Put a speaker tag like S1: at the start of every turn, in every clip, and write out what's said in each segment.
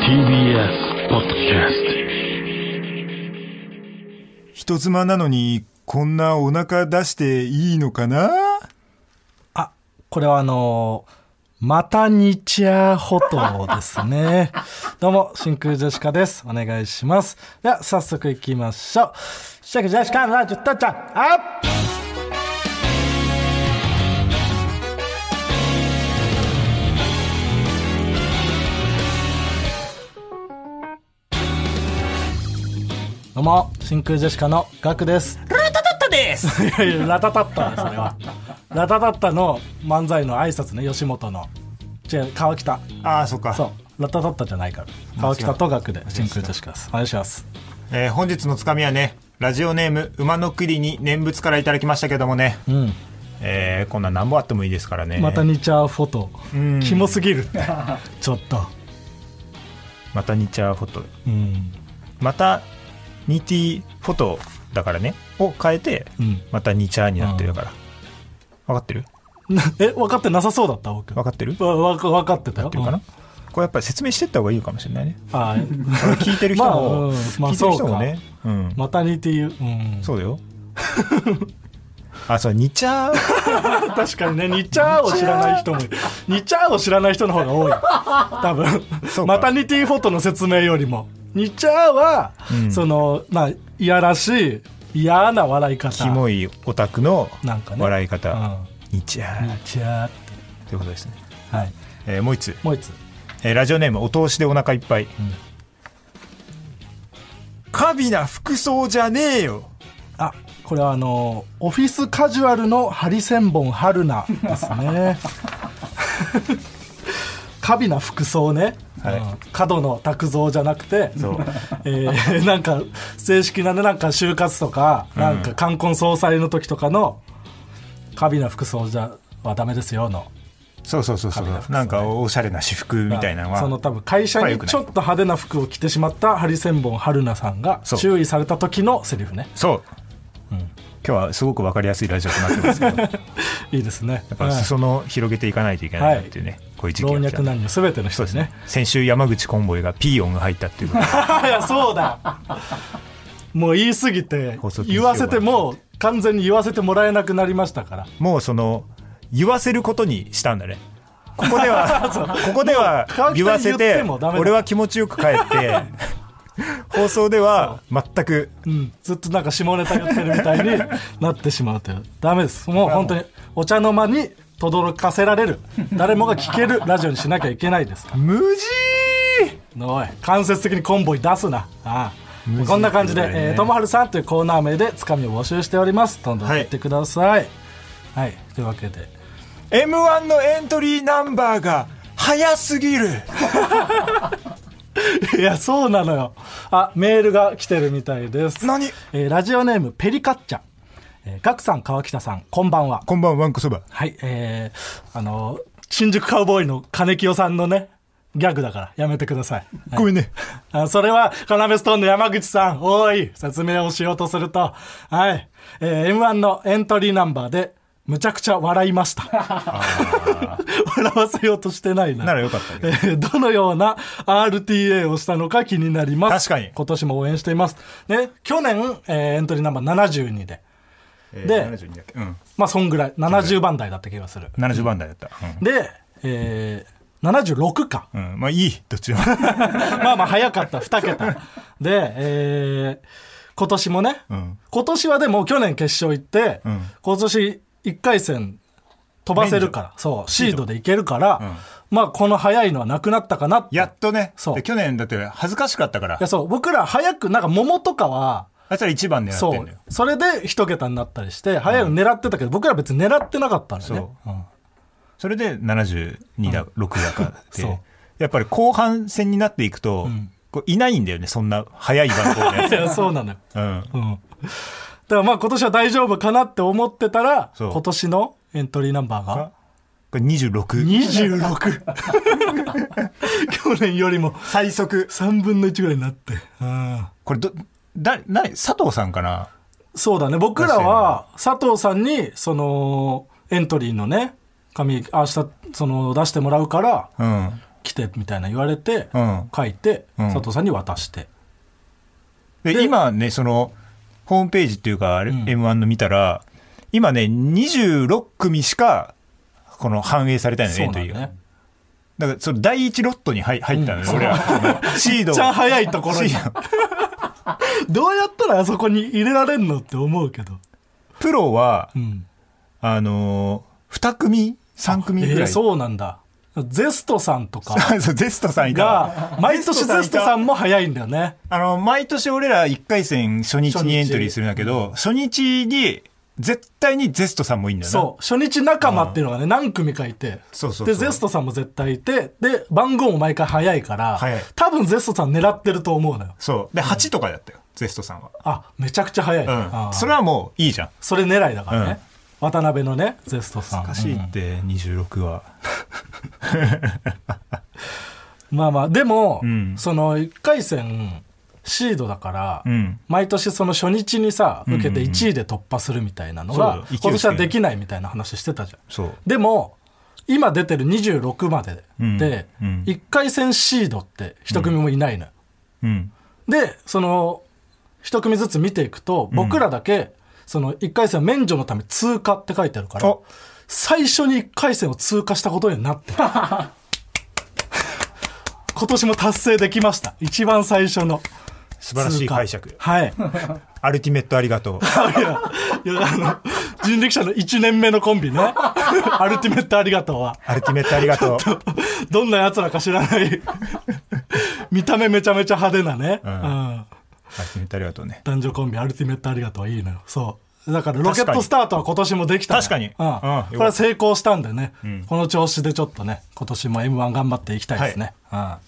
S1: TBS ポッドキャスト
S2: 人妻なのにこんなお腹出していいのかな
S3: あ、これはあのーまた日夜ほとですね。どうも、真空ジェシカです。お願いします。では、早速行きましょう。真空ジェシカラジオタッチャーアップどうも、真空ジェシカのガクです。 いやいや、ラタタッタです、それは。ラタタッタの漫才の挨拶ね、吉本の。違う、川北。
S2: ああ、そっか。
S3: そう。ラタタッタじゃないから。川北と学で、真空女子です。お願いします。
S2: えー本日のつかみはね、ラジオネーム、馬の栗に念仏からいただきましたけどもね、
S3: うん。
S2: えーこんなん何本あってもいいですからね。
S3: またにちゃフォト。
S2: ん
S3: キモすぎ る。ちょっと。
S2: またニチャーフォト。
S3: うん。
S2: また、ニティフォトだからね、を変えて、
S3: うん
S2: またニチャーになってるから。わかってる
S3: なえ、分かってなさそうだった僕。
S2: わかってる
S3: わ、わ、分かってたよ。
S2: ってるかな、
S3: うん
S2: これやっぱり説明してった方がいいかもしれないね。
S3: あ
S2: これ聞いてる人も、
S3: まあうんまあ
S2: 聞いてる人もね。うん
S3: またにっていう。うん。
S2: そうだよ。あ、そう、ニチャー
S3: 確かにね、にちゃーを知らない人もいる、にちゃーを知らない人の方が多い。多
S2: そう
S3: 分。
S2: か
S3: マタニティフォトの説明よりも。にちゃーは、
S2: うん
S3: その、まあ、いやらしい、嫌な笑い方。
S2: キモいオタクの
S3: なんかね。
S2: 笑い
S3: うん
S2: 方、ニチャー
S3: にちゃーって。
S2: ということですね。
S3: はい。
S2: えーもう一つ、
S3: もう一つ。
S2: えーラジオネームお通しでお腹いっぱい。カビな服装じゃねえよ
S3: あ、これはあの、オフィスカジュアルのハリセンボン春菜ですね。 カビな服装ね、
S2: はい
S3: うん角の卓造じゃなくて、えーなんか正式なねなんか就活とか、なんか冠婚葬祭の時とかのカビな服装じゃはダメですよの
S2: そうそうそうそう。なんかおしゃれな私服みたいなのは。
S3: その多分会社にちょっと派手な服を着てしまったハリセンボン春菜さんが
S2: そう
S3: 注意された時のセリフね
S2: そう。今日はすごくわかりやすいラジオとなって ますけど、や
S3: いいですね
S2: っぱ裾野を広げていかないといけないなっていうね、こういう時期
S3: 老
S2: が来
S3: 若
S2: た
S3: 男女すべての
S2: そ
S3: 人
S2: うで
S3: に
S2: すね。
S3: ね
S2: 先週山口コンボイがピー音が入ったっていうことで
S3: いや そうだもう言い過ぎて
S2: 放送禁止用
S3: 言
S2: 語
S3: わせてもう完全に言わせてもらえなくなりましたから
S2: もうその、言わせることにしたん だね。ここでは、ここでは
S3: もう
S2: 言わせ
S3: 川北に言っててもダメ、だ
S2: 俺は気持ちよく帰って、 放送では全く、
S3: うん、ずっとなんか下ネタやってるみたいになってしまうというダメ ですもう本当にお茶の間に轟かせられる誰もが聞けるラジオにしなきゃいけないですか
S2: 無事
S3: らおい間接的にコンボイ出すなああ
S2: 無事
S3: こんな感じで
S2: だよね
S3: えーともはるさん」というコーナー名でつかみを募集しておりますどんどん送ってください、はいというわけで
S2: M1 のエントリーナンバーが早すぎる
S3: いやそうなのよあメールが来てるみたいです
S2: 何
S3: えーラジオネームペリカッチャ、えー、ガクさん川北さんこんばんは
S2: こんばんは、わんこそば。
S3: はい、えー、あの、新宿カウボーイの金清さんのね、ギャグだから、やめてください。
S2: ごめんね。
S3: あそれは、カナベストーンの山口さん、おい、説明をしようとすると、はい、えー M1 のエントリーナンバーで、むちゃくちゃ笑いました。 笑わせようとしてないな。
S2: ならよかったけど
S3: えーどのような RTA をしたのか気になります。
S2: 確かに
S3: 今年も応援しています。ね、去年、えーエントリーナンバー72で、
S2: えー
S3: で
S2: 72だっけうん。
S3: まあ、そんぐらい、70番台だった気がする。
S2: 70番台だった。うん
S3: で、えー、76か。
S2: うん。まあいい、どっ ちも。
S3: まあまあ早かった、2桁。で、えー、今年もね、
S2: うん
S3: 今年はでも去年決勝行って、
S2: うん
S3: 今年1回戦飛ばせるから、そう、シードでいけるから、まあこの早いのはなくなったかなって
S2: やっとね。
S3: そう
S2: で去年だって恥ずかしかったから
S3: いや、。そう、僕ら早く、なんか桃とかは、
S2: あいつら一番狙って
S3: そ
S2: ん
S3: う
S2: だよ。、
S3: それで1桁になったりして、早いの狙ってたけど、僕ら別に狙ってなかったんだよね。
S2: そうそれで72だ、6だかで
S3: そう
S2: やっぱり後半戦になっていくと、こういないんだよね、そんな早い番号のや
S3: いや そうなのよ。
S2: つ。うん。
S3: うん。だからまあ今年は大丈夫かなって思ってたら、
S2: そう
S3: 今年のエントリーナンバーが
S2: これ26。
S3: 26。去年よりも
S2: 最速。
S3: 3分の1ぐらいになって。うん
S2: これど、だ、な、佐藤さんかな
S3: そうだね。僕らは佐藤さんに、その、エントリーのね、紙、明日、その、出してもらうから、
S2: うん。
S3: 来てみたいな言われて、
S2: うん
S3: 書いて、
S2: うん
S3: 佐藤さんに渡して
S2: で、今ね、その、ホームページっていうか、あれ
S3: うん
S2: M1 の見たら、今ね、26組しか、この、反映されたいのね、エント
S3: な
S2: リー
S3: の
S2: が。
S3: ね
S2: だから、その、第一ロットに入入ったのね、俺は。このシード
S3: めっ
S2: を。
S3: ちゃ早いところに
S2: シード
S3: どうやったらあそこに入れられんのって思うけど、
S2: プロは
S3: う、ん、
S2: あのー、2組 ?3 組ぐ
S3: え
S2: らい。
S3: ーそうなんだゼストさんとか
S2: そうゼスト さんいたわ。
S3: が毎年ゼストさんも早いんだよね
S2: あの、毎年俺ら1回戦初日にエントリーするんだけど、初日に、絶対にゼストさんもいいんだよな。
S3: そう初日仲間っていうのがね何組かいて
S2: そうそうそう
S3: でゼストさんも絶対いてで番号も毎回早いから
S2: 早い
S3: 多分ゼストさん狙ってると思うのよ
S2: そう。で、8とかだったよ、ゼストさんは。
S3: あめちゃくちゃ早い、
S2: う
S3: あ
S2: ん。
S3: ー
S2: それはもういいじゃん。
S3: それ狙いだからね、渡辺のねゼストさん
S2: 難しいって、26は。
S3: まあまあでも、
S2: うん
S3: その1回戦シードだから、
S2: うん
S3: 毎年その初日にさ受け
S2: うんうん
S3: て
S2: うん
S3: 1位で突破するみたいなの
S2: そう
S3: が
S2: だ勢いつけ
S3: 今年はできないみたいな話してたじゃん
S2: そう
S3: でも今出てる26まで
S2: うん
S3: で、
S2: うん
S3: 1回戦シードって1組もいないのよ、
S2: うん。
S3: でその1組ずつ見ていくと僕らだけその1回戦免除のため通過って書いてあるから
S2: お
S3: 最初に1回戦を通過したことになってる 今年も達成できました一番最初の
S2: 素晴らしい解釈
S3: 通。過はい
S2: アルティメットありがとう。
S3: いやいやあの人力車の1年目のコンビ ねアルティメットありがとうは
S2: アルティメットありが とう。
S3: どんな奴らか知らない 見た目めちゃめちゃ派手なね、
S2: うん
S3: うん
S2: アルティメットありがとうね。
S3: 男女コンビアルティメットありがとうはいいのよそうだからロケットスタートは今年もできた
S2: 確かに
S3: うん
S2: うん
S3: これは成功したんでね、この調子でちょっとね今年も m 1頑張っていきたいですねは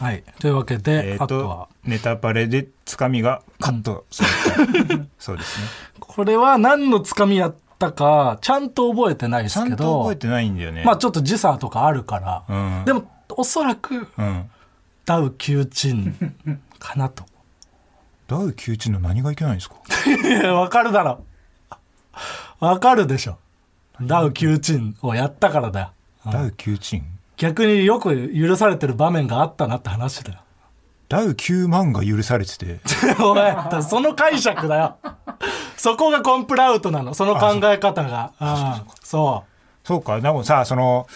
S3: い、はい、というわけで、
S2: えっ
S3: あとは
S2: と、ネタバレでつかみがカットされ た。そうですね。
S3: これは何のつかみやったかちゃんと覚えてないで
S2: ちゃ
S3: すけ
S2: んと
S3: ど
S2: 覚えてないんだよね。
S3: まあちょっと時差とかあるから、
S2: うん
S3: でもおそらく
S2: うん。
S3: ダウキューチンかなと
S2: ダウ9チの何がいけないんですか
S3: いや わかるだろわかるでしょダウキューチンをやったからだよ
S2: ダウ9チン
S3: 逆によく許されてる場面があったなって話だよ。
S2: ダウ9万が許されてて。
S3: お前、だからその解釈だよ。そこがコンプラウトなの、その考え方が。うんそ
S2: そうか、でもさ、その、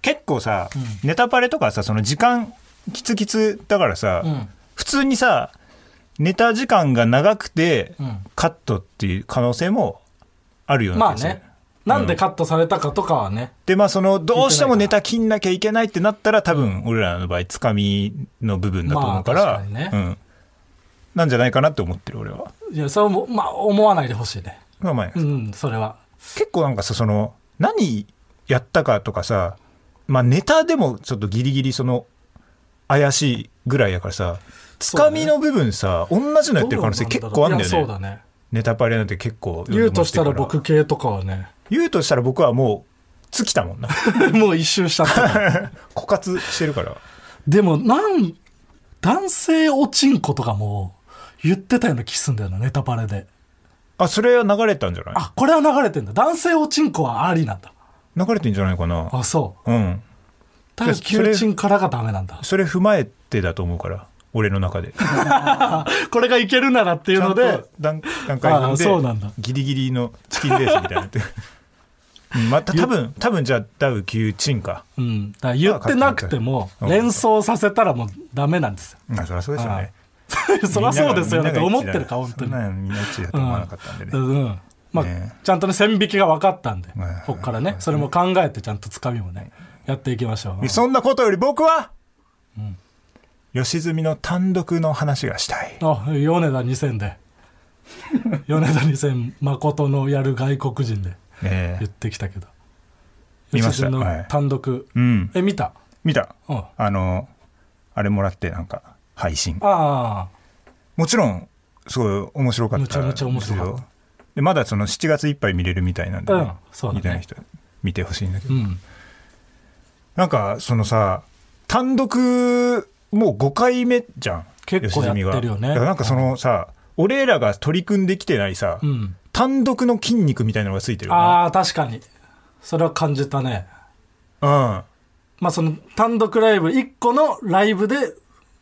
S2: 結構さ、ネタバレとかさ、その時間、キツキツだからさ、
S3: ん
S2: 普通にさ、ネタ時間が長くて、
S3: ん
S2: カットっていう可能性もあるよ
S3: う。
S2: うな
S3: ま
S2: 気
S3: あ
S2: がする。
S3: ね。なんでカットされたかとかはね。
S2: で、まあその、どうしてもネタ切んなきゃいけないってなったら、多分、俺らの場合、つかみの部分だと思うから、
S3: まあ確かにね
S2: うん。なんじゃないかなって思ってる、俺は。
S3: いや、そうも、まあ、思わないでほしいね。
S2: まあまあ、
S3: うん、それは。
S2: 結構なんかさその何やったかとかさまあネタでもちょっとギリギリその怪しいぐらいやからさつかみの部分さ、同じのやってる可能性結構あるんだよ
S3: いや
S2: ね
S3: そうだね。
S2: ネタパレなんて結構
S3: 言うとしたら
S2: 読んでもって
S3: 僕系とかは ね、
S2: るから言うとしたら僕はもう尽きたもんな
S3: もう一周しちゃったから。
S2: 枯渇してるから
S3: でも、なん、男性おちんことかも言ってたような気すんだよな、ネタバレで。
S2: あそれは流れたんじゃない
S3: あ、これは流れてんだ。男性おちんこはありなんだ。
S2: 流れてんじゃないかな
S3: あ、そ
S2: う
S3: う。
S2: ん
S3: ただ、キューチンからがダメなんだ。
S2: それ踏まえてだと思うから俺の中でち
S3: これがいけるならっていう
S2: ゃ
S3: の
S2: ん
S3: で
S2: と、段段階
S3: あ
S2: 踏
S3: あそうなん
S2: んで
S3: だ
S2: ギリギリのチキンレースみたいに なってうんまた多分多分じゃあダウ9チンか
S3: うん。だから言ってなくても、
S2: うん
S3: 連想させたらもうダメなんです よ。
S2: まあそりゃそうですよね
S3: そりゃそうですよねって
S2: みんな
S3: 思
S2: が
S3: ってるから、本当に
S2: そん。なのみんな一致だと思わなかったんでね、
S3: うんうんまあ
S2: ね
S3: ちゃんとね線引きが分かったんで、
S2: ん
S3: ここからねそれも考えてちゃんとつかみもねやっていきましょう、
S2: でそんなことより僕は、吉住の単独の話がしたい
S3: あ米田2000で 米田2000誠のやる外国人で
S2: ええ
S3: 言ってきたけど
S2: 見ました
S3: 吉住
S2: はい
S3: の単独、
S2: うん
S3: え見た
S2: 見た
S3: うんあ
S2: あのあれもらってなんか配信
S3: あ
S2: もちろんすごい面白かったですよ
S3: めちゃめちゃ面白かっ
S2: でまだその7月いっぱい見れるみたいなんで、
S3: うんそうだね
S2: みたいな人見てほしいんだけど、
S3: うん
S2: なんかそのさ単独もう5回目じゃん
S3: 結構やってるよ
S2: 良純
S3: ね
S2: がだからなんかそのさ、俺らが取り組んできてないさ、
S3: うん
S2: 単独の筋肉みたいなのがついてるよね
S3: ああ確かにそれは感じたね
S2: うん
S3: まあその単独ライブ、1個のライブで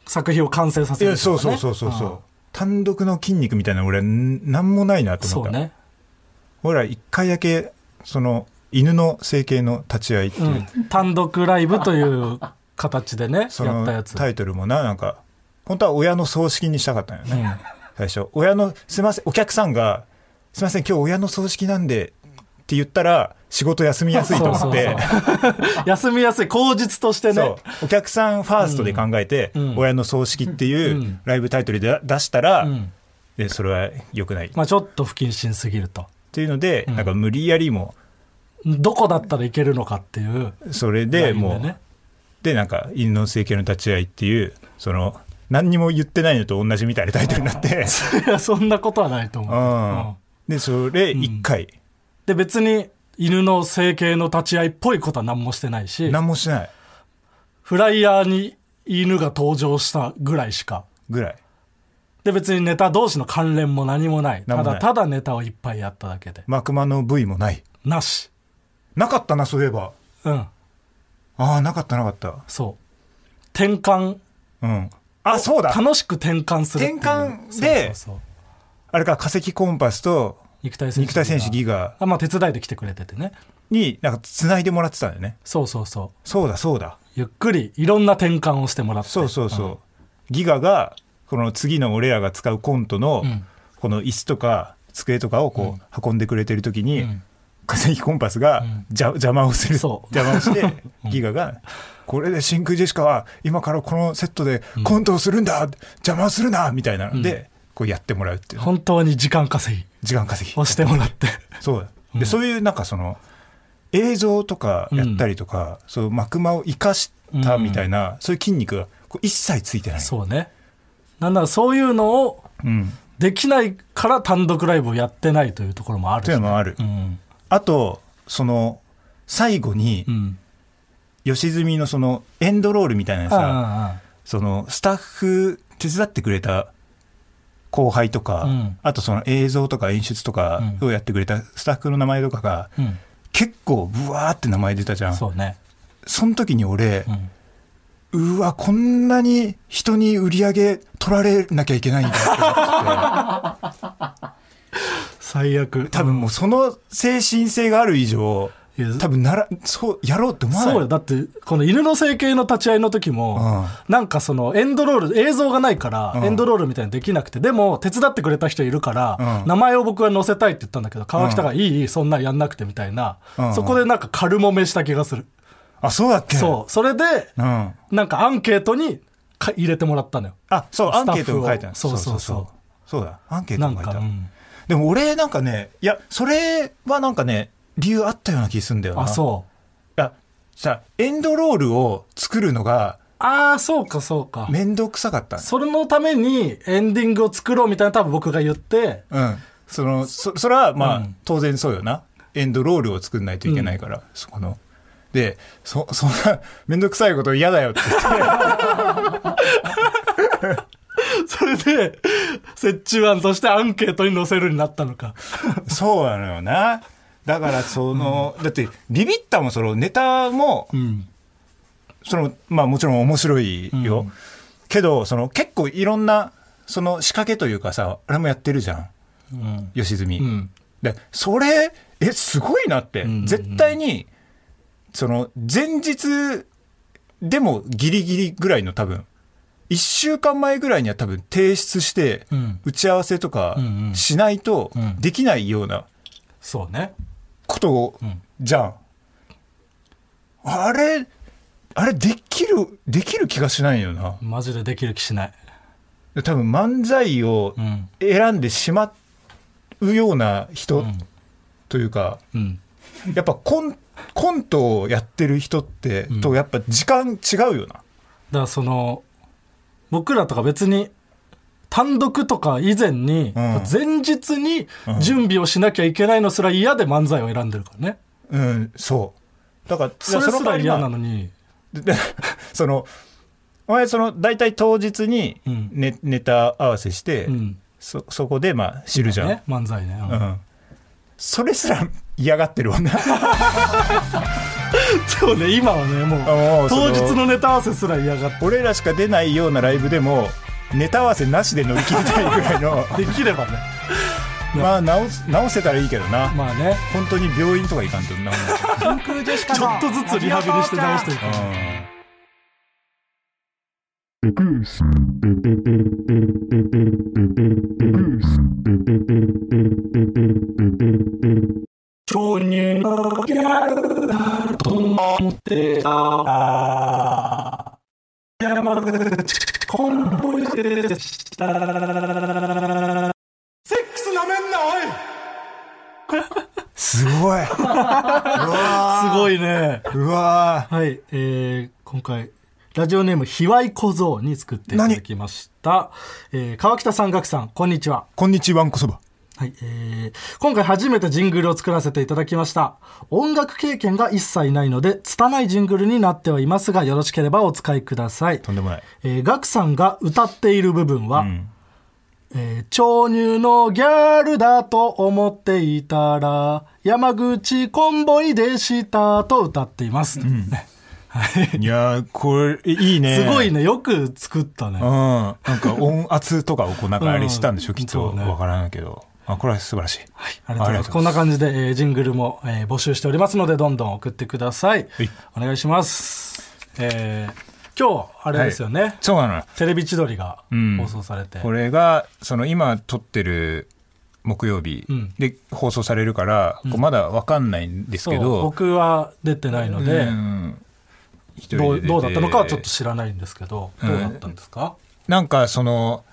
S3: 作品を完成さ
S2: い
S3: せる
S2: や
S3: とかね、
S2: そうそうそうそう
S3: うん
S2: そう単独の筋肉みたいなの俺なんもないなと
S3: そ
S2: 思っ
S3: う
S2: た、
S3: ね。
S2: 俺ら一回だけその犬の整形の立ち合いっていう、
S3: うん。単独ライブという形でね、
S2: そ
S3: やったや
S2: の
S3: つ。
S2: タイトルもななんか本当は親の葬式にしたかったんよね、
S3: うん
S2: 最初親のすいませんお客さんが「すいません今日親の葬式なんで」って言ったら仕事休みやすいと思って
S3: そうそうそう休みやすい口実として
S2: そ
S3: ね
S2: うお客さんファーストで考えて「
S3: うん
S2: 親の葬式」っていううんライブタイトルで出したら、
S3: うん
S2: でそれは良くないっ
S3: まあ、ちょっと不謹慎すぎると
S2: ていうので、
S3: ん
S2: なんか無理やりも
S3: どこだったらいけるのかっていう
S2: それ
S3: ライ
S2: で
S3: ン
S2: もう、
S3: ね
S2: でなんか「犬の整形の立ち合い」っていうその何にも言ってないのと同じみたいなタイトルになって、
S3: いや そんなことはないと
S2: う
S3: 思う、うんん、
S2: でそれ1回、
S3: で別に犬の整形の立ち合いっぽいことは何もしてないし
S2: 何もしない
S3: フライヤーに犬が登場したぐらいしか
S2: ぐらい
S3: で別にネタ同士の関連も何もない
S2: 何も
S3: た
S2: な
S3: だ
S2: い
S3: ただネタをいっぱいやっただけで
S2: 幕間の部位もない
S3: なし
S2: なかったなそういえば
S3: うん
S2: ああなかったなかった
S3: そう転換
S2: うんあそうだ
S3: 楽しく転換するっていう
S2: 転換で
S3: そうそうそう
S2: あれか化石コンパスと
S3: 肉体選手
S2: 肉体戦士ギガ
S3: あまあ手伝いで来てくれててね
S2: になんか繋いでもらってたんだよね
S3: そうそうそう
S2: そうだそうだ
S3: ゆっくりいろんな転換をしてもらって
S2: そうそう
S3: うん
S2: そうギガがこの次の俺らが使うコントの
S3: うん
S2: この椅子とか机とかをこう運んでくれてる時に
S3: ん
S2: 化石コンパスが
S3: ん
S2: じゃ邪魔をする邪
S3: そう
S2: 魔をしてギガが「これで真空ジェシカは今からこのセットでコントをするんだ邪魔をするな!」みたいなのでこうやってもらうっていう
S3: 本当に時間稼ぎ
S2: 時間稼ぎ
S3: をしてもらって
S2: そうだでそういうなんかその映像とかやったりとか、そう幕間を生かしたみたいな、そういう筋肉がこう一切ついてない、
S3: そうねなんならそういうのを
S2: うん、っ
S3: できないから単独ライブをやってないというところもあるして
S2: いうのもある、
S3: うん
S2: あとその最後に
S3: うん
S2: 吉住のそのエンドロールみたいな
S3: ああ
S2: さ、
S3: ああ
S2: そのスタッフ手伝ってくれた後輩とか、
S3: うん
S2: あとその映像とか演出とかをやってくれたスタッフの名前とかが、
S3: うん
S2: 結構ブワーって名前出たじゃん。そ
S3: そうね
S2: の時に俺、
S3: うん
S2: うわ、こんなに人に売り上げ取られなきゃいけないん だって思って
S3: 最悪
S2: 多分もうその精神性がある以上
S3: いや、
S2: 多分なら、そう、やろうって思わない。
S3: そうよだってこの犬の整形の立ち会いの時も、なんかそのエンドロール映像がないから、
S2: うん
S3: エンドロールみたいにできなくてでも手伝ってくれた人いるから、
S2: うん
S3: 名前を僕は載せたいって言ったんだけど川北が「いいいいそんなんやんなくて」みたいな、
S2: うん
S3: そこでなんか軽もめした気がする、
S2: あ、そうだっけ
S3: そうそれで
S2: う。ん。
S3: なんかアンケートにか入れてもらったのよ
S2: あ、そう、ア
S3: ス
S2: ン
S3: タ
S2: ケ
S3: ッ
S2: ート
S3: フを
S2: も書いてある。
S3: そうそうそう
S2: そう。そうだ、アンケー
S3: な
S2: ト
S3: ん
S2: も書い
S3: か、
S2: てあ
S3: う
S2: る。
S3: ん
S2: でも俺なんかね、いや、それはなんかね、理由あったような気すんだよな。
S3: あ
S2: う。
S3: そう
S2: いや、さ、エンドロールを作るのが
S3: ああそうかそうか
S2: めんどくさかったんだ
S3: それのためにエンディングを作ろうみたいな多分僕が言って
S2: うん、そのそそれはまあ、
S3: うん
S2: 当然そうよなエンドロールを作んないといけないから、そこのでそ そんな面倒くさいこと嫌だよって言って
S3: それで、折衷案としてアンケートに載せるになったの か。
S2: そうなのよなだからその、だってビビったもそのネタも
S3: うん。
S2: そのまあもちろん面白いよ、
S3: うん
S2: けどその結構いろんなその仕掛けというかさあれもやってるじゃん
S3: うん。
S2: 良純、
S3: うん。
S2: でそれえすごいなって、
S3: んうんうん
S2: 絶対にその前日でもギリギリぐらいの多分1週間前ぐらいには多分提出して
S3: うん
S2: 打ち合わせとか
S3: うんうん
S2: しないと
S3: うん
S2: できないような
S3: そうね。
S2: ことを、
S3: ん
S2: じゃんあれあれできるできる気がしないよな
S3: マジでできる気しない。
S2: で多分漫才を
S3: うん。
S2: 選んでしまうような人
S3: ん
S2: というか、
S3: うん。
S2: やっぱコンコントをやってる人って、
S3: ん
S2: とやっぱ時間違うよな。
S3: だからその、僕らとか別に、単独とか以前に、
S2: うん
S3: 前日に準備をしなきゃいけないのすら嫌で漫才を選んでるからね。
S2: うん、そう。だから、
S3: それすら嫌なの
S2: に。
S3: に。
S2: で その、お前、その、大体当日に
S3: うん
S2: ネ,、ネタ合わせして、
S3: うん。
S2: そ、そこで、まあ、知るじゃん。
S3: ね。漫才ね。うん
S2: うん。それすら嫌がってるわな。
S3: そうね今はねも
S2: あも
S3: う
S2: うそ
S3: 当
S2: の
S3: 日のネタ合わせすら嫌がって
S2: 俺らしか出ないようなライブでもネタ合わせなしで乗り切りたいぐらい の
S3: できればね
S2: まあ直す直せたらいいけどな、
S3: まあね
S2: 本当に病院とか行かんと な、
S3: ちょっとずつリハビリして直していく
S2: うんす ごいうわ
S3: すごいね
S2: ーうわ
S3: はい、えー今回、ラジオネーム、ひわい小僧に作っていただきました。えー川北さん、岳さん、こんにち
S2: ー
S3: は。
S2: こんにちはわんこそば
S3: はい、えー今回初めてジングルを作らせていただきました。音楽経験が一切ないので、拙いジングルになってはいますが、よろしければお使いください。
S2: とんでも ない、
S3: えー、ガクさんが歌っている部分は、
S2: ん
S3: えー超乳のギャルだと思っていたら、山口コンボイでしたと歌ってい ます。
S2: いやーこれいいね
S3: すごいね、よく作った
S2: うん、
S3: ね。
S2: なんか音圧とかをこうなんかあれしたんでしょ、
S3: うん
S2: きっと
S3: そうね
S2: わからんけどあこれは素晴らしい、
S3: ありがとうございます。
S2: あ
S3: こんな感じで、えージングルも、えー募集しておりますので、どんどん送ってください。
S2: はい
S3: お願いします。えー今日、あれですよね、
S2: そうなのよ
S3: テレビ千鳥が
S2: うん
S3: 放送されて。
S2: これがその今撮ってる木曜日
S3: うん
S2: で放送されるから、こうまだわかんないんです
S3: そう
S2: けど、
S3: 僕は出てないので、
S2: うん一人で出
S3: どう
S2: て
S3: どうだったのかはちょっと知らないんですけど、
S2: うん
S3: どうだったんですか、
S2: なんかその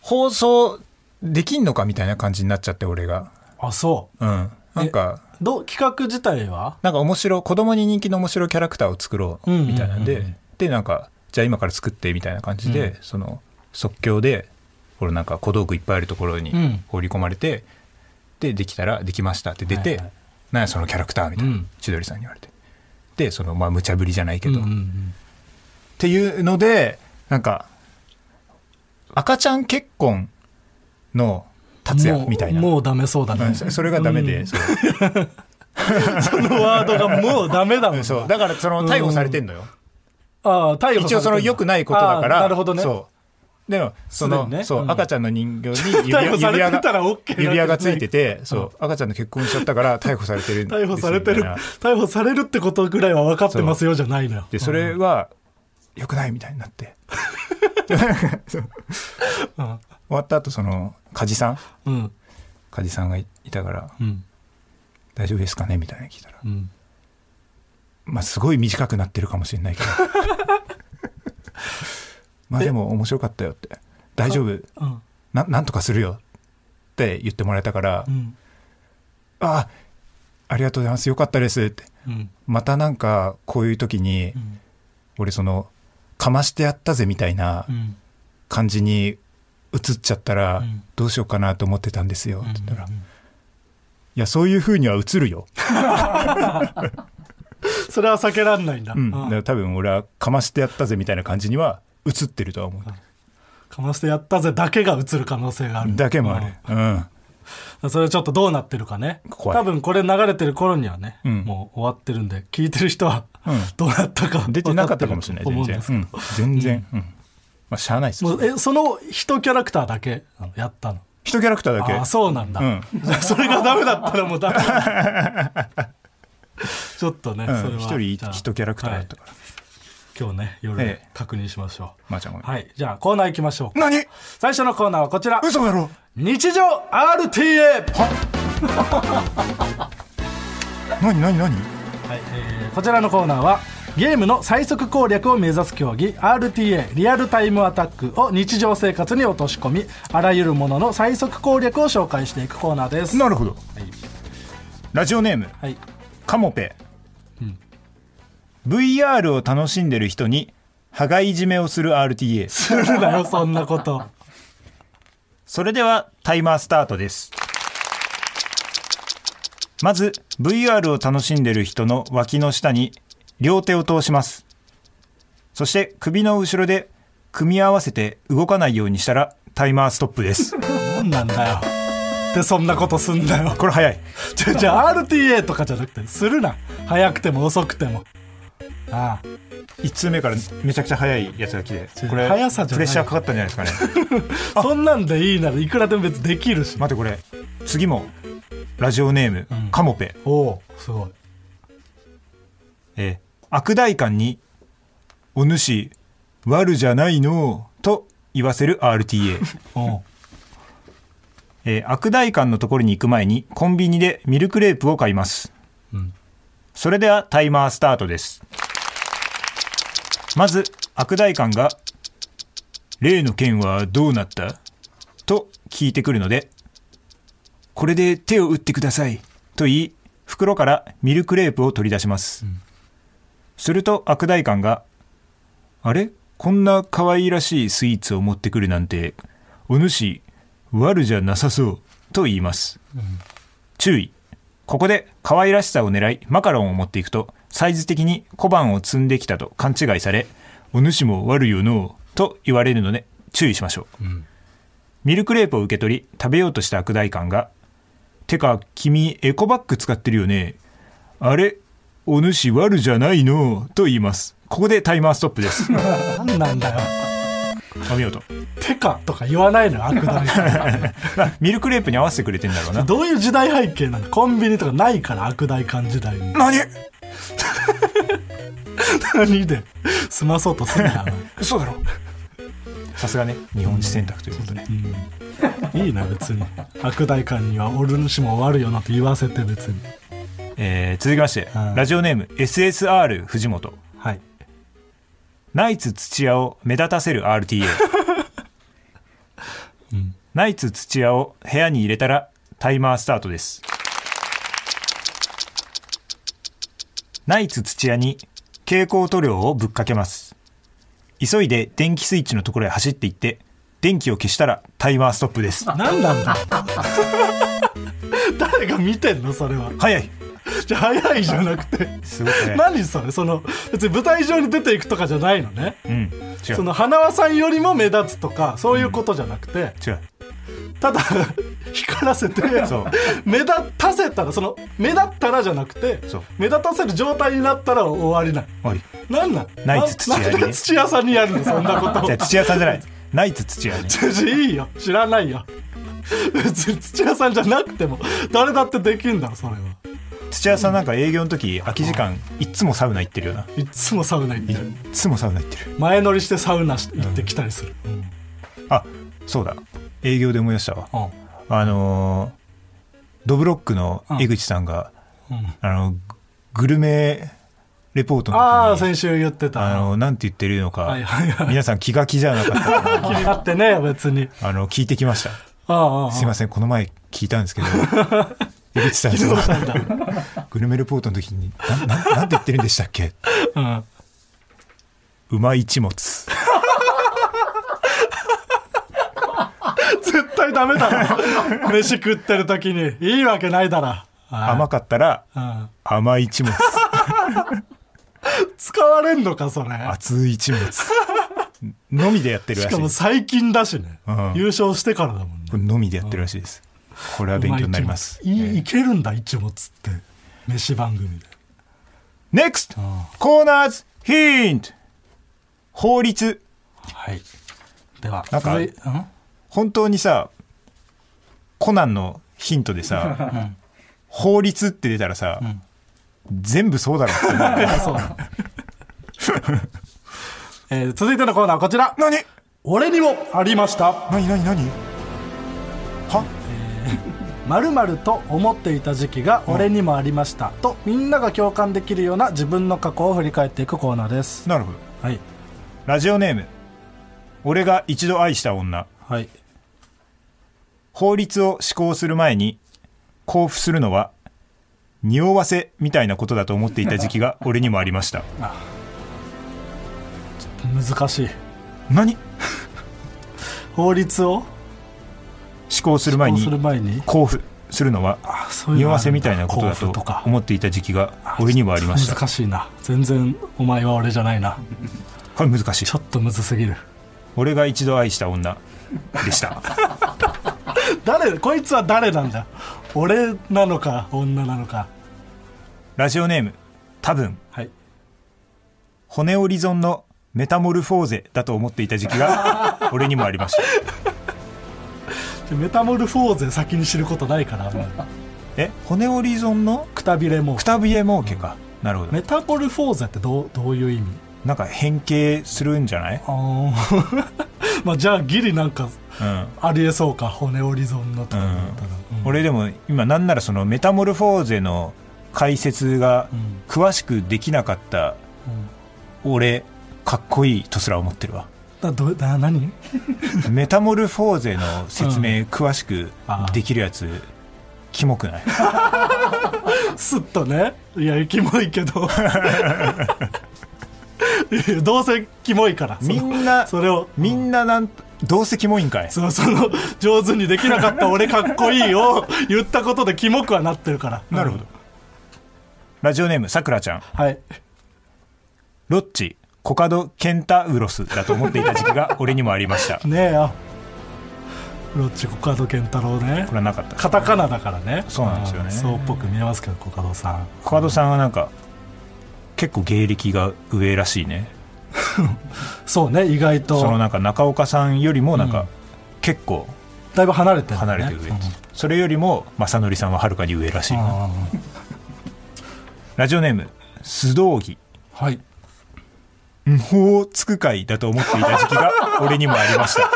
S2: 放送できんのかみたいな感じになっちゃって俺が
S3: あそう
S2: うんなんか
S3: どう企画自体は
S2: なんか面白い子供に人気の面白いキャラクターを作ろう
S3: うんうんうんうん
S2: みたいなんで、でなんかじゃあ今から作ってみたいな感じで、
S3: うん
S2: その即興でこれなんか小道具いっぱいあるところに
S3: うん
S2: 放り込まれて、でできたらできましたって出て、
S3: はいはい
S2: なんやそのキャラクターみたいな、
S3: うん
S2: 千鳥さんに言われてでそのまあ無茶ぶりじゃないけど、
S3: うんうんうん
S2: っていうのでなんか赤ちゃん結婚の達
S3: も
S2: 也
S3: う
S2: みたいな
S3: もうダメそうだ
S2: うん
S3: ね
S2: そそれがダメで、
S3: うん
S2: そ
S3: そうのワードがもうダメだもん
S2: う
S3: な
S2: そうだからその逮捕されてんのよ、
S3: ああ逮捕されてんだ
S2: 一応その良くないことだか
S3: ああ
S2: ら
S3: なるほどね
S2: そうでもその、
S3: すでにね
S2: そう
S3: うん
S2: 赤ちゃんの人形に指
S3: 逮捕され
S2: 指輪
S3: てた
S2: が
S3: ら OK な
S2: 指輪がついててそう赤ちゃんの結婚しちゃったから逮捕されてるんです
S3: 逮捕されて
S2: み
S3: る
S2: たいな
S3: 逮捕されるってことぐらいは分かってますよじゃないのよ
S2: でそれは良くないみたいになって
S3: うん
S2: 終わった後その梶さん
S3: うん
S2: 梶さんがいいたから
S3: うん
S2: 「大丈夫ですかね?」みたいなの聞いたら
S3: うん
S2: まあすごい短くなってるかもしれないけど まあでも面白かったよって大丈夫
S3: うん
S2: ななんとかするよって言ってもらえたから、
S3: うん
S2: あありがとうございますよかったですって
S3: うん
S2: またなんかこういう時に
S3: うん
S2: 俺そのかましてやったぜみたいな
S3: うん
S2: 感じに映っちゃったら
S3: うん
S2: どうしようかなと思ってたんですよって言ったら、
S3: うん
S2: いやそういう風には映るよ、
S3: それは避けられないんだ、
S2: うん、
S3: う
S2: だ
S3: ん
S2: から多分俺はかましてやったぜみたいな感じには映ってるとは思う
S3: かましてやったぜだけが映る可能性がある
S2: だけもある
S3: うん
S2: うん
S3: それちょっとどうなってるかね。
S2: 怖い
S3: 多分これ流れてる頃にはね、
S2: うん
S3: もう終わってるんで、聞いてる人は
S2: うん
S3: どうなったか分
S2: 出てなかったかもしれない
S3: ってる
S2: 全
S3: と思うん
S2: 然
S3: です、
S2: う
S3: け
S2: ん、全然、うんまあしゃあないです
S3: ど
S2: よ
S3: もうえ、その一キャラクターだけやったの。
S2: 一キャラクターだけ
S3: ああ、そうなんだ、
S2: うん、
S3: それがダメだったらもうダメだ。 ちょっとね、
S2: うん
S3: それは。
S2: 一人
S3: じゃあ
S2: 一キャラクターだったから、
S3: 今日ね、夜
S2: ええ
S3: 確認しましょう。
S2: まーちゃんごめん
S3: はい。じゃあコーナー行きましょうか。
S2: 何
S3: 最初のコーナーはこちら。
S2: 嘘だろ
S3: 日常 RTA!
S2: 何何何
S3: はいえーこちらのコーナーはゲームの最速攻略を目指す競技 RTA リアルタイムアタックを日常生活に落とし込みあらゆるものの最速攻略を紹介していくコーナーです
S2: なるほど
S3: はい、
S2: ラジオネーム
S3: はい
S2: カモペ、VR を楽しんでる人に羽がいじめをする RTA
S3: するなよそんなこと
S2: それではタイマースタートですまず VR を楽しんでる人の脇の下に両手を通しますそして首の後ろで組み合わせて動かないようにしたらタイマーストップです
S3: 何なんだよってそんなことすんだよ
S2: これ早い
S3: じゃじゃあ RTA とかじゃなくてするな早くても遅くてもああ
S2: 1通目からめちゃくちゃ早いやつが来てこれ
S3: 速さじゃな
S2: プレッ
S3: い
S2: シャーかかったんじゃないですかね
S3: そんなんでいいならいくらでも別にできるし、
S2: 待ってこれ次もラジオネーム、
S3: うん
S2: カモペ
S3: おおすごい
S2: えー悪代官に「お主悪じゃないの」と言わせる RTA、
S3: おう
S2: えー悪代官のところに行く前にコンビニでミルクレープを買います
S3: うん
S2: それではタイマースタートですまず悪代官が「例の件はどうなった?」と聞いてくるので「これで手を打ってください」と言い袋からミルクレープを取り出します、すると悪代官が「あれこんな可愛らしいスイーツを持ってくるなんてお主悪じゃなさそう」と言います、注意ここで可愛らしさを狙いマカロンを持っていくとサイズ的に小判を積んできたと勘違いされお主も悪いよのうと言われるので注意しましょう、
S3: ん
S2: ミルクレープを受け取り食べようとした悪代官が「てか君エコバッグ使ってるよねあれお主悪じゃないのうと言いますここでタイマーストップです
S3: 何なんだよ
S2: お見事
S3: てかとか言わないのよ悪だね
S2: あ ミルクレープに合わせてくれてんだろうな
S3: どういう時代背景なのコンビニとかないから悪大感時代 に
S2: 何
S3: 何で済まそうとすんなよ
S2: 嘘だろさすがね日本人選択ということで
S3: いいな別に悪大感には俺主も悪いよなって言わせて別に
S2: えー続きまして、
S3: はい
S2: ラジオネーム SSR 藤本
S3: はい
S2: ナイツ土屋を目立たせる RTA、ナイツ土屋を部屋に入れたらタイマースタートですナイツ土屋に蛍光塗料をぶっかけます急いで電気スイッチのところへ走っていって電気を消したらタイマーストップです
S3: 何なんだ 誰が見てんのそれは
S2: 早い
S3: じゃあ早いじゃなくて
S2: すごく早い
S3: 何それその別に舞台上に出ていくとかじゃないのね
S2: うん違
S3: そうの花輪さんよりも目立つとかそういうことじゃなくて、
S2: 違う
S3: ただ 光らせて
S2: そう
S3: 目立たせたらその目立ったらじゃなくて
S2: そう
S3: 目立たせる状態になったら終わりない
S2: 終わり
S3: なんなん
S2: ナイツ土屋に
S3: ななんで土屋さんにやる のそんなことを
S2: じゃあ土屋さんじゃないナイツ土屋ね
S3: いいよ知らないよ別に土屋さんじゃなくても誰だってできんだろそれは
S2: 土屋さんなんか営業の時空き時間いっつもサウナ行ってるよない
S3: っつもサウナ行って
S2: いっ
S3: る
S2: つもサウナ行ってる
S3: 前乗りしてサウナし行ってきたりする、うん
S2: あそうだ営業で思い出したわあのードブロックの江口さんが、
S3: うん
S2: あのグルメレポートの
S3: ああ
S2: 時に
S3: 先週言ってた
S2: あのなんて言ってるのか、
S3: はいはいはい
S2: 皆さん気が気じゃなかったか
S3: 気になってね別に
S2: なあの聞いてきました
S3: ああああ
S2: すいませんこの前聞いたんですけど 江口さんのグルメレポートの時になななんて言ってるんでしたっけ
S3: うん
S2: うまい一物
S3: 絶対ダメだろ飯食ってる時にいいわけないだろ
S2: 甘かったら
S3: うん
S2: 甘い一物
S3: 使われんのかそれ
S2: 熱い一物のみでやってる
S3: し
S2: らし
S3: か
S2: いで
S3: も
S2: す
S3: 最近だしね、
S2: うん
S3: 優勝してからだもんね
S2: これのみでやってるらしいですこれは勉強になります
S3: いいいけるんだ一物って飯番組で
S2: NEXT
S3: ん
S2: コーナーズヒント法律
S3: はいでは
S2: なんか
S3: 続いうん
S2: 本当にさコナンのヒントでさ、法律って出たらさ、全部そうだろうって思う
S3: そうだえー続いてのコーナーはこちら
S2: 何
S3: 俺にもありました
S2: 何何何は
S3: まると思っていた時期が俺にもありました、とみんなが共感できるような自分の過去を振り返っていくコーナーです
S2: なるほど
S3: はい
S2: ラジオネーム俺が一度愛した女
S3: はい
S2: 法律を施行する前に交付するのは匂わせみたいなことだと思っていた時 期が俺にもありました
S3: 難しい
S2: 何
S3: 法律を
S2: 施行する前
S3: こう
S2: に
S3: する前に
S2: 交付するのは
S3: あそういう
S2: 匂
S3: のあ
S2: わ
S3: るんだ
S2: せみたいなことだ
S3: 交
S2: と
S3: 付とか
S2: 思っていた時期が俺にもありました
S3: 難しいな全然お前は俺じゃないな
S2: これ難しい
S3: ちょっとむずすぎる
S2: 俺が一度愛した女でした
S3: 誰こいつは誰なんだ俺なのか女なのか
S2: ラジオネーム多分
S3: はい
S2: 骨折り損のメタモルフォーゼだと思っていた時期 が俺にもありました
S3: ちょメタモルフォーゼ先に知ることないからあんまり
S2: え骨折り損の
S3: くたびれも
S2: くたびれ儲けかなるほど
S3: メタモルフォーゼってどうどういう意味
S2: なんか変形するんじゃない
S3: ああ まあじゃあギリなんか
S2: うん
S3: ありえそうか骨折り損のとかだったら、うん
S2: 俺でも今なんならそのメタモルフォーゼの解説が
S3: うん
S2: 詳しくできなかった
S3: うん
S2: 俺かっこいいとすら思ってる わ
S3: だどうだ何
S2: メタモルフォーゼの説明詳しくできるやつキモ くない
S3: すっとねいやキモいけ どいやどうせキモいからその
S2: みんな
S3: それを
S2: みんななんどうせキモいんかい
S3: そのその上手にできなかった俺かっこいいを言ったことでキモくはなってるから
S2: なるほどラジオネームさくらちゃん
S3: はい
S2: ロッチコカドケンタウロスだと思っていた時期が俺にもありました こ
S3: ねえよロッチコカドケンタロウね
S2: れはなかった
S3: カタカナだからね
S2: そうなんですよね
S3: あーそうっぽく見えますけどコカドさん
S2: コカドさんはなんか結構芸歴が上らしいね
S3: そうね意外と
S2: そのなんか中岡さんよりもなん
S3: う
S2: か
S3: ん
S2: 結構
S3: だいぶ離れてる、ね、
S2: 離れてる上、
S3: うん
S2: それよりも正則さんははるかに上らしいな
S3: あー
S2: ラジオネーム須道義
S3: はい
S2: 無法つく会だと思っていた時期 が俺にもありました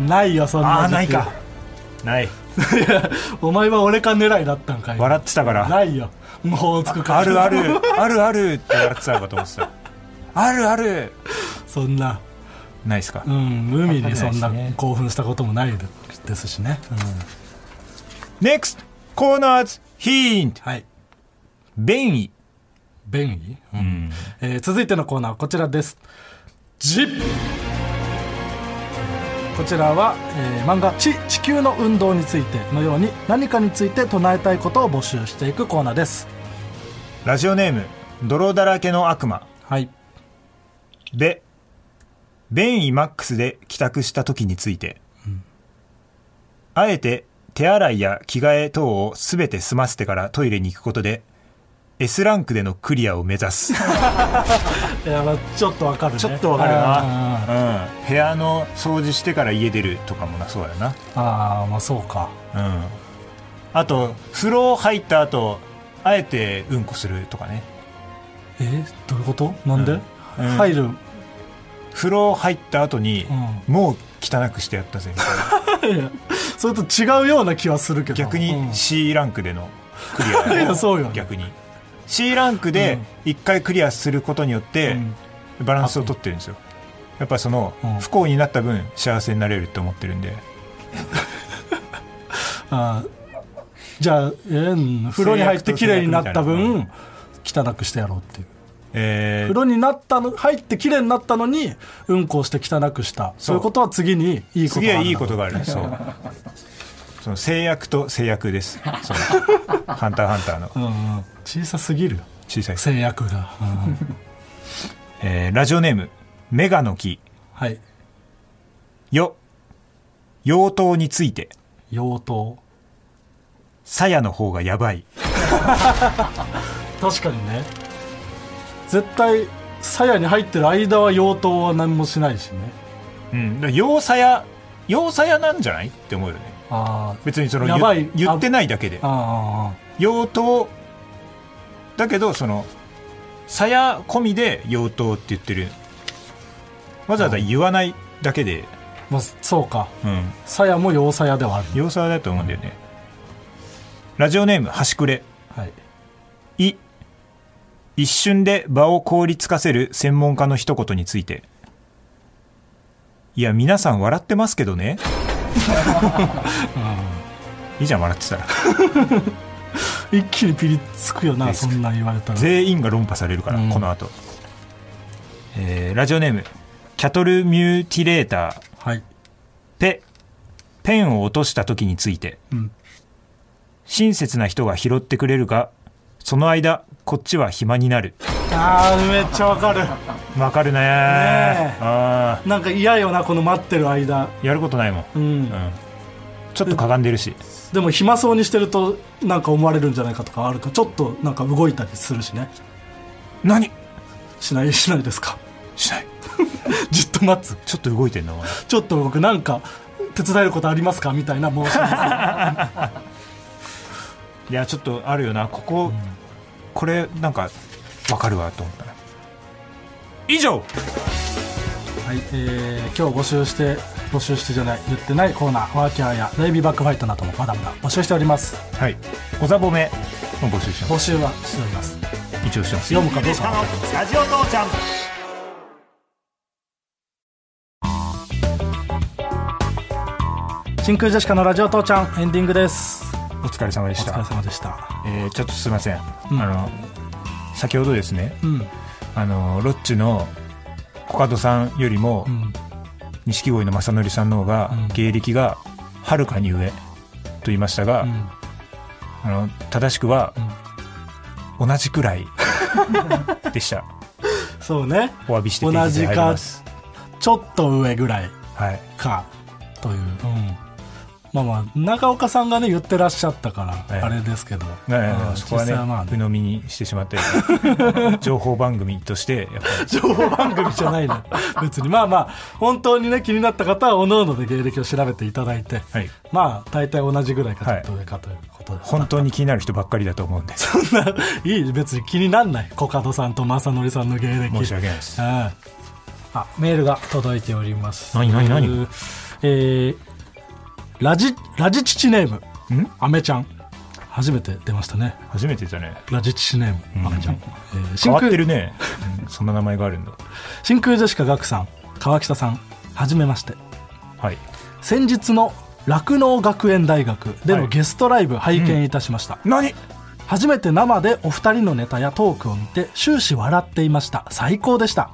S3: ないよそんな
S2: ああ
S3: 時期
S2: ないかない
S3: お前は俺か狙いだったんかい
S2: 笑ってたから
S3: ないよもうつくか
S2: あるあるあるあるって笑ってたのかと思ってたあるある
S3: そんな
S2: ないですか
S3: うん海にそんな
S2: わかんないですね
S3: 興奮したこともないですしね、うん
S2: NEXT コーナーズヒント
S3: はい
S2: 便意
S3: 便宜、うんえー続いてのコーナーはこちらです「ジップこちらは、えー漫画「地地球の運動」についてのように何かについて唱えたいことを募集していくコーナーです
S2: ラジオネーム泥だらけの悪魔
S3: はい
S2: で便意マックスで帰宅した時について、あえて手洗いや着替え等を全て済ませてからトイレに行くことで S ランクでのクリアを目指す
S3: いやまあちょっとわかるね
S2: ちょっとわかる
S3: あー
S2: な、うん、部屋の掃除してから家出るとかもなそうやな
S3: あーまあそうか
S2: うんあと風呂入った後あえてうんこするとかね
S3: えーどういうことなんで、
S2: うんうん
S3: 入る
S2: 風呂入った後に、
S3: う
S2: もう汚くしてやったぜみたいない
S3: やそれと違うような気はするけど
S2: 逆
S3: うん
S2: に C ランクでのクリア
S3: いやそうよ
S2: 逆に C ランクで1回クリアすることによって
S3: うん
S2: バランスを取ってるんですよやっぱその
S3: うん
S2: 不幸になった分幸せになれるって思ってるんで
S3: あーじゃあ、えー風呂に入って綺麗になっ
S2: 制
S3: た分汚くしてやろうっていう
S2: え
S3: 風
S2: ー
S3: 呂になったの入って綺麗になったのにうんこをして汚くしたそういうことは次にいいこと
S2: 次
S3: がある
S2: はいいことがあるそうその制約と制約ですそのハンターハンターの
S3: うんうん小さすぎるよ
S2: 小さい、
S3: 制約が、うん
S2: えーラジオネームメガの木
S3: はい
S2: よ妖刀について
S3: 妖刀
S2: 鞘の方がやばい
S3: 確かにね絶対鞘に入ってる間は妖刀は何もしないしね
S2: うんだから要鞘要鞘なんじゃないって思うよね
S3: あー
S2: 別にその
S3: やばい
S2: 言言ってないだけで
S3: あ
S2: 用途だけどその鞘込みで用途って言ってるわざわざ言わないだけで、
S3: ーまあそうか
S2: うん、
S3: 鞘も妖鞘ではある、
S2: 要塞だと思うんだよねラジオネーム端くれ
S3: はい、
S2: い一瞬で場を凍りつかせる専門家の一言についていや皆さん笑ってますけどねいいじゃん笑ってたら
S3: 一気にピリつくよな
S2: です
S3: そんなん言われたら
S2: 全員が論破されるから、
S3: うん
S2: この後、えーラジオネームキャトルミューティレーター
S3: はい
S2: ペペンを落とした時について、
S3: ん
S2: 親切な人が拾ってくれるがその間こっちは暇になる
S3: あーめっちゃわかる
S2: わかるね
S3: ねえ
S2: あ
S3: なんか嫌よなこの待ってる間
S2: ーやることないもん、
S3: うん、
S2: うん、ちょっとかがんでるし
S3: でも暇そうにしてるとなんか思われるんじゃないかとかあるかちょっとなんか動いたりするしね
S2: 何
S3: しない しないですか
S2: し ない
S3: じっと待つ
S2: ちょっと動いてんのお前
S3: ちょっと僕なんか手伝えることありますかみたいな申し 訳ない
S2: いやちょっとあるよなここ、これなんかわかるわと思ったな以上
S3: はい、えー今日募集して募集してじゃない言ってないコーナーワーキャーやレイビーバックファイトなどもまだまだ募集しております
S2: はいおざぼめの募集してま
S3: 募集はしております
S2: す一応してます
S3: 読むかどうかはわかりません
S1: ラジオ父ちゃん
S3: 真空ジェシカのラジオ父ちゃんエンディングです
S2: お疲れ様で
S3: お
S2: した
S3: 疲れ様でした
S2: えーちょっとすいません、
S3: うん
S2: あの先ほどですね
S3: うん
S2: あのロッチのコカドさんよりも
S3: うん
S2: 錦鯉の正則さんの方が
S3: うん
S2: 芸歴がはるかに上と言いましたが、
S3: うん
S2: あの正しくは同じくら いでした
S3: そうね
S2: お詫びして訂正入ります
S3: ちょっと上ぐらい
S2: はい
S3: かという、まあまあ中岡さんがね言ってらっしゃったか
S2: ええ
S3: らあれですけど、
S2: ね
S3: うん
S2: そこは
S3: 実際はまあ
S2: ね鵜
S3: ね
S2: 呑みにしてしまって 情報番組としてやっぱ
S3: 情報番組じゃな いの別にまあまあ本当にね気になった方はおのので芸歴を調べていただいて、
S2: り、はい、
S3: まあ大体同じぐらいかちょっと上かということです、
S2: 本当に気になる人ばっかりだと思うんで申
S3: そんな、 いい、別に気になんない。コカドさんとマサノリさんの芸歴。
S2: し訳ないです
S3: うんあ、メールが届いております。
S2: 何何何
S3: えーラジ、ラジ父ネーム、
S2: ん
S3: アメちゃん。初めて出ましたね。
S2: 初めてだね
S3: ラジ父ネー
S2: うん
S3: ム、アメちゃん。えー
S2: 変
S3: 真
S2: わって
S3: 空、
S2: るね、うんそんな名前があ るんだ
S3: 真空ジェシカガクさん、川北さん、はじめまして。
S2: はい
S3: 先日の酪農学園大学で
S2: は
S3: の
S2: い
S3: ゲストライブ拝見いたしました。
S2: 何
S3: 初めて生でお二人のネタやトークを見て終始笑っていました最高でした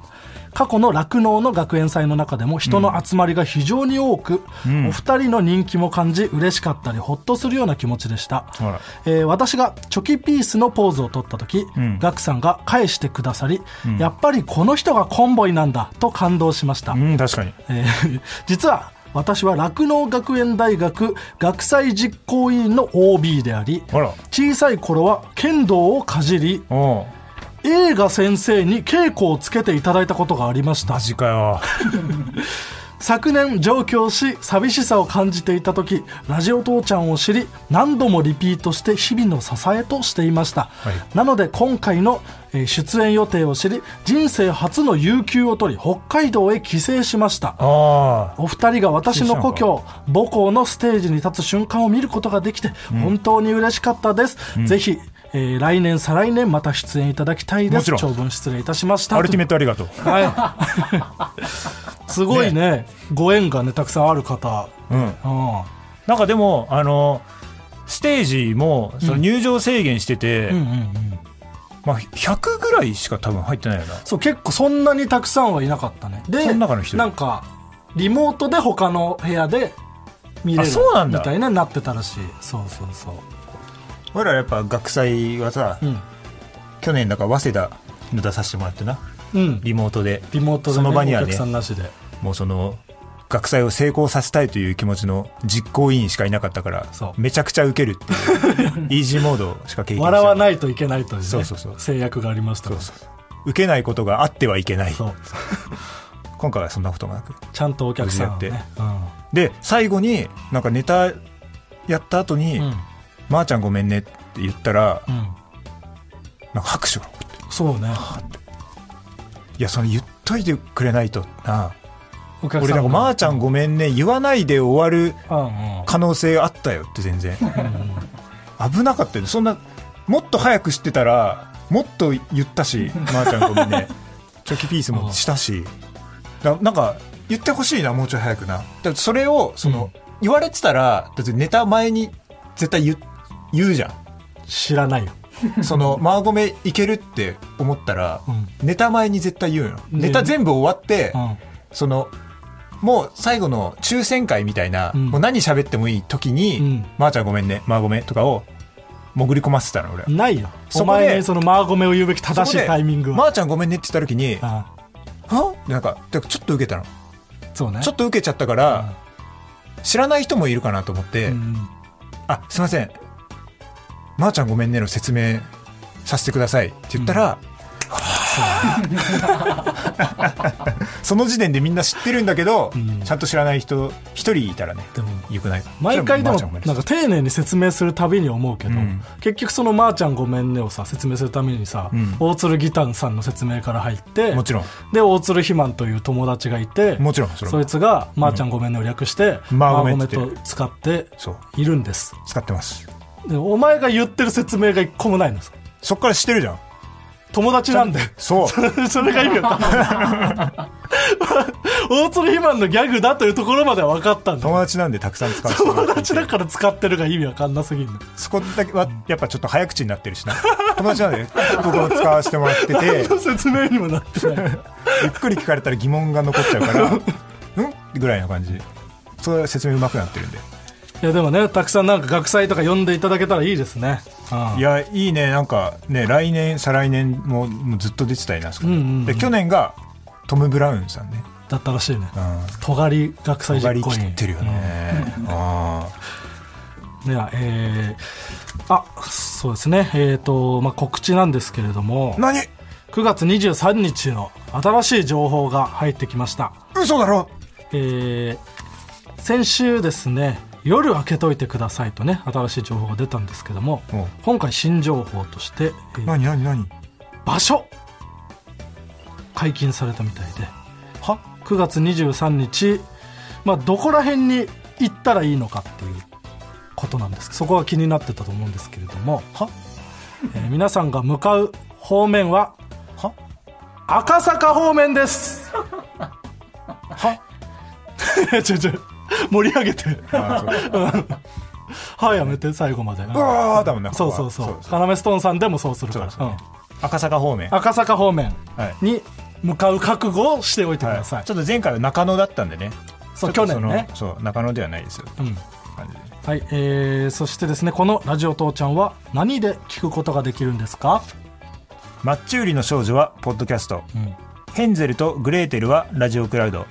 S3: 過去の酪農の学園祭の中でも人の集まりが非常に多く、
S2: うん
S3: お二人の人気も感じ嬉しかったりほっとするような気持ちでした、
S2: ほら
S3: えー私がチョキピースのポーズを取った時、
S2: うん
S3: ガクさんが返してくださり、
S2: ん
S3: やっぱりこの人がコンボイなんだと感動しました、
S2: うん確かに
S3: えー 実は私は酪農学園大学学祭実行委員の OB であり
S2: ほら
S3: 小さい頃は剣道をかじり
S2: おう
S3: 映画先生に稽古をつけていただいたことがありました
S2: マジかよ
S3: 昨年上京し寂しさを感じていた時ラジオ父ちゃんを知り何度もリピートして日々の支えとしていました、
S2: い
S3: なので今回のえー出演予定を知り人生初の有給を取り北海道へ帰省しました
S2: ああ
S3: お二人が私の故郷母校のステージに立つ瞬間を見ることができて本当に嬉しかったです、ぜひ、えー来年再来年また出演いただきたいで
S2: もち
S3: す
S2: ろん
S3: 長文失礼いたしました
S2: アルティメットありがとう
S3: はい、すごいねご縁がねたくさんある方、
S2: うん
S3: うん
S2: なんかでもあのステージもその入場制限してて、
S3: うんうんうん、
S2: まあ、100ぐらいしか多分入ってないよな
S3: そう結構そんなにたくさんはいなかったねで
S2: その中の一人
S3: なんかリモートで他の部屋で見れ
S2: あ
S3: る
S2: そうなんだ
S3: みたいななってたらしいそうそうそう
S2: 俺らやっぱ学祭はさ、
S3: うん
S2: 去年だから早稲田の出させてもらってな
S3: うん
S2: リモートで
S3: リモートで、ね、
S2: その場にはね
S3: お客さんなしで
S2: もうその学祭を成功させたいという気持ちの実行委員しかいなかったから
S3: そう
S2: めちゃくちゃウケるっていうイージーモードしか経験して
S3: 笑わ
S2: い
S3: ないといけないという,、ね、
S2: そうそうそう
S3: 制約がありましたか
S2: そう
S3: ら
S2: そうウケないことがあってはいけない
S3: そう
S2: 今回はそんなこともなく
S3: ちゃんとお客さんをね
S2: 無事や
S3: うん
S2: で最後になんかネタやった後に、
S3: うん
S2: まー、ちゃんごめんねって言ったら
S3: うん
S2: なんか拍手が起こって
S3: そうね
S2: いやそれ言っといてくれないとな
S3: お客
S2: 俺なんかまー、ちゃんごめんね言わないで終わる
S3: うんうん
S2: 可能性あったよって全然
S3: うんうん
S2: 危なかったよねそんなもっと早く知ってたらもっと言ったしまー、ちゃんごめん ねチョキピースもしたしだなんか言ってほしいなもうちょい早くなだからそれをその、言われてたらだってネタ前に絶対言う言うじゃん
S3: 知らないよ
S2: そのマーゴメいけるって思ったら、
S3: うん
S2: ネタ前に絶対言うの
S3: ね
S2: ネタ全部終わって、
S3: うん
S2: そのもう最後の抽選会みたいな、
S3: うん
S2: もう何喋ってもいい時に「
S3: うん
S2: まー、ちゃんごめんねまーごめん」とかを潜り込ませてたの俺は、
S3: ないよ
S2: そ
S3: お
S2: こで
S3: 前にそのマーゴメを言うべき正しいタイミング
S2: ま
S3: は
S2: ー、ちゃんごめんねって言った時に
S3: あ
S2: あなんかだからちょっと受けたの
S3: そうね
S2: ちょっと受けちゃったから、知らない人もいるかなと思って、
S3: うん
S2: あすいませんまー、ちゃんごめんねの説明させてくださいって言ったら、 その時点でみんな知ってるんだけど、
S3: うん
S2: ちゃんと知らない人一人いたらね
S3: でも
S2: よくない
S3: 毎回でも
S2: それはまーち
S3: な
S2: ゃ
S3: ん
S2: ん
S3: か丁寧に説明するたびに思うけど、
S2: うん
S3: 結局その「まーちゃんごめんね」をさ説明するためにさ、
S2: うん
S3: 大鶴ギタンさんの説明から入って
S2: もちろん
S3: で大鶴ひまんという友達がいて
S2: もちろんそれ
S3: そい
S2: も
S3: つが「まーちゃんごめんね」を略して「
S2: うん
S3: ま
S2: まーご
S3: ーごめ
S2: め
S3: ん
S2: ん」って
S3: と使って
S2: そう
S3: いるんです
S2: 使ってます
S3: でお前が言ってる説明が一個もないのさ
S2: そっから知ってるじゃん
S3: 友達なんで
S2: そう
S3: それが意味わかんない 大鶴ひまんのギャグだというところまでは分かったんだ
S2: 友達なんでたくさん使わせてもら
S3: 友
S2: って
S3: 達だから使ってるが意味わかんなすぎるんだ
S2: そこだけはやっぱちょっと早口になってるしな 友達なんで僕も使わせてもらって て
S3: 説明にもなって ない
S2: ゆっくり聞かれたら疑問が残っちゃう から「うん?」ぐらいの感じそれ説明うまくなってるんで
S3: いやでもねたくさんなんか学祭とか呼んでいただけたらいいですね、うん
S2: いやいいねなんかね来年再来年ももうずっと出てたいなそこに
S3: うんうんうん
S2: で去年がトム・ブラウンさんね
S3: だったらしいね
S2: うん
S3: 尖り学祭
S2: 尖
S3: 実
S2: り
S3: 行委
S2: 切
S3: 員
S2: ってるよね、あ
S3: うんではえーあそうですねえっ、と、まあ、告知なんですけれども
S2: ー何
S3: 9月23日の新しい情報が入ってきました
S2: 嘘だろ
S3: えー先週ですね夜開けといてくださいとね新しい情報が出たんですけども
S2: おう
S3: 今回新情報として、えー
S2: 何何何
S3: 場所解禁されたみたいで
S2: は
S3: 9月23日、まあ、どこら辺に行ったらいいのかっていうことなんですそこが気になってたと思うんですけれども、
S2: は
S3: えー皆さんが向かう方面は
S2: は
S3: 赤坂方面です
S2: は
S3: いや ちょちょ盛り上げて
S2: あーそうか
S3: はいやめて最後まで
S2: うわーだもんな
S3: そう
S2: ここ
S3: そう
S2: は
S3: そう
S2: そう
S3: 要ストーンさんでもそうするから
S2: そうそう
S3: うん
S2: 赤坂方面
S3: 赤坂方面
S2: はい
S3: に向かう覚悟をしておいてください、
S2: ちょっと前回は中野だったんでね
S3: そう
S2: ちょっと
S3: 去年ね
S2: そのそう中野ではないですよ
S3: うん
S2: 感じで
S3: はい、えー、そしてですねこの「ラジオ父ちゃん」は何で聞くことができるんですか、
S2: マッチ売りの少女はポッドキャスト
S3: うん、
S2: ヘンゼルとグレーテルはラジオクラウド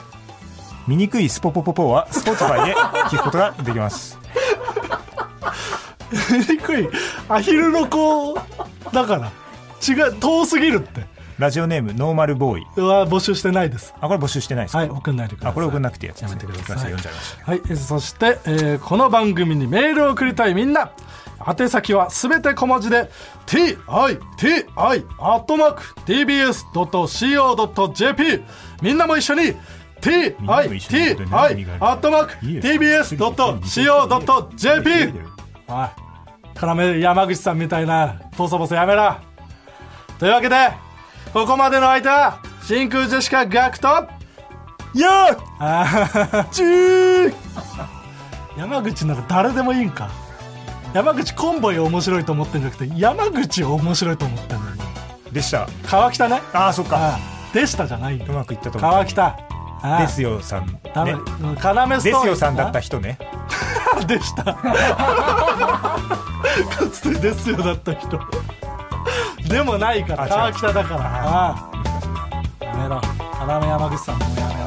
S2: 醜いスポポポポはスポーツファ イで聞くことができます
S3: にくいアヒルの子だから違う遠すぎるって
S2: ラジオネームノーマルボーイ
S3: は募集してないです
S2: あこれ募集してないですか、
S3: はい送んないでください
S2: あこれ送んなくていいやつ
S3: や
S2: です
S3: め
S2: ね
S3: てくださ
S2: すい
S3: い
S2: ません読んじゃいました
S3: はい、えーそして、えーこの番組にメールを送りたいみんな宛先はすべて小文字で TITI アットマーク TBS.CO.JP みんなも一緒に TITI アットマーク TBS.CO.JP おい要山口さんみたいなボソボソやめろというわけでここまでの相手は真空ジェシカガクト
S2: やっ
S3: ちー山口なんか誰でもいいんか山口コンボイを面白いと思ってんじゃなくて山口を面白いと思ってんのよ
S2: でした
S3: 川北ね
S2: あーそっか
S3: ああでしたじゃないよ
S2: うまくいったと思
S3: 川
S2: う
S3: 北ああ
S2: ですよさんね
S3: ダメ、要ス
S2: で
S3: トーン
S2: すよさんだった人ね
S3: あでしたかつてですよだった人でもないから
S2: あ違う
S3: 川北だからああやめろ要山口さんもうやめろ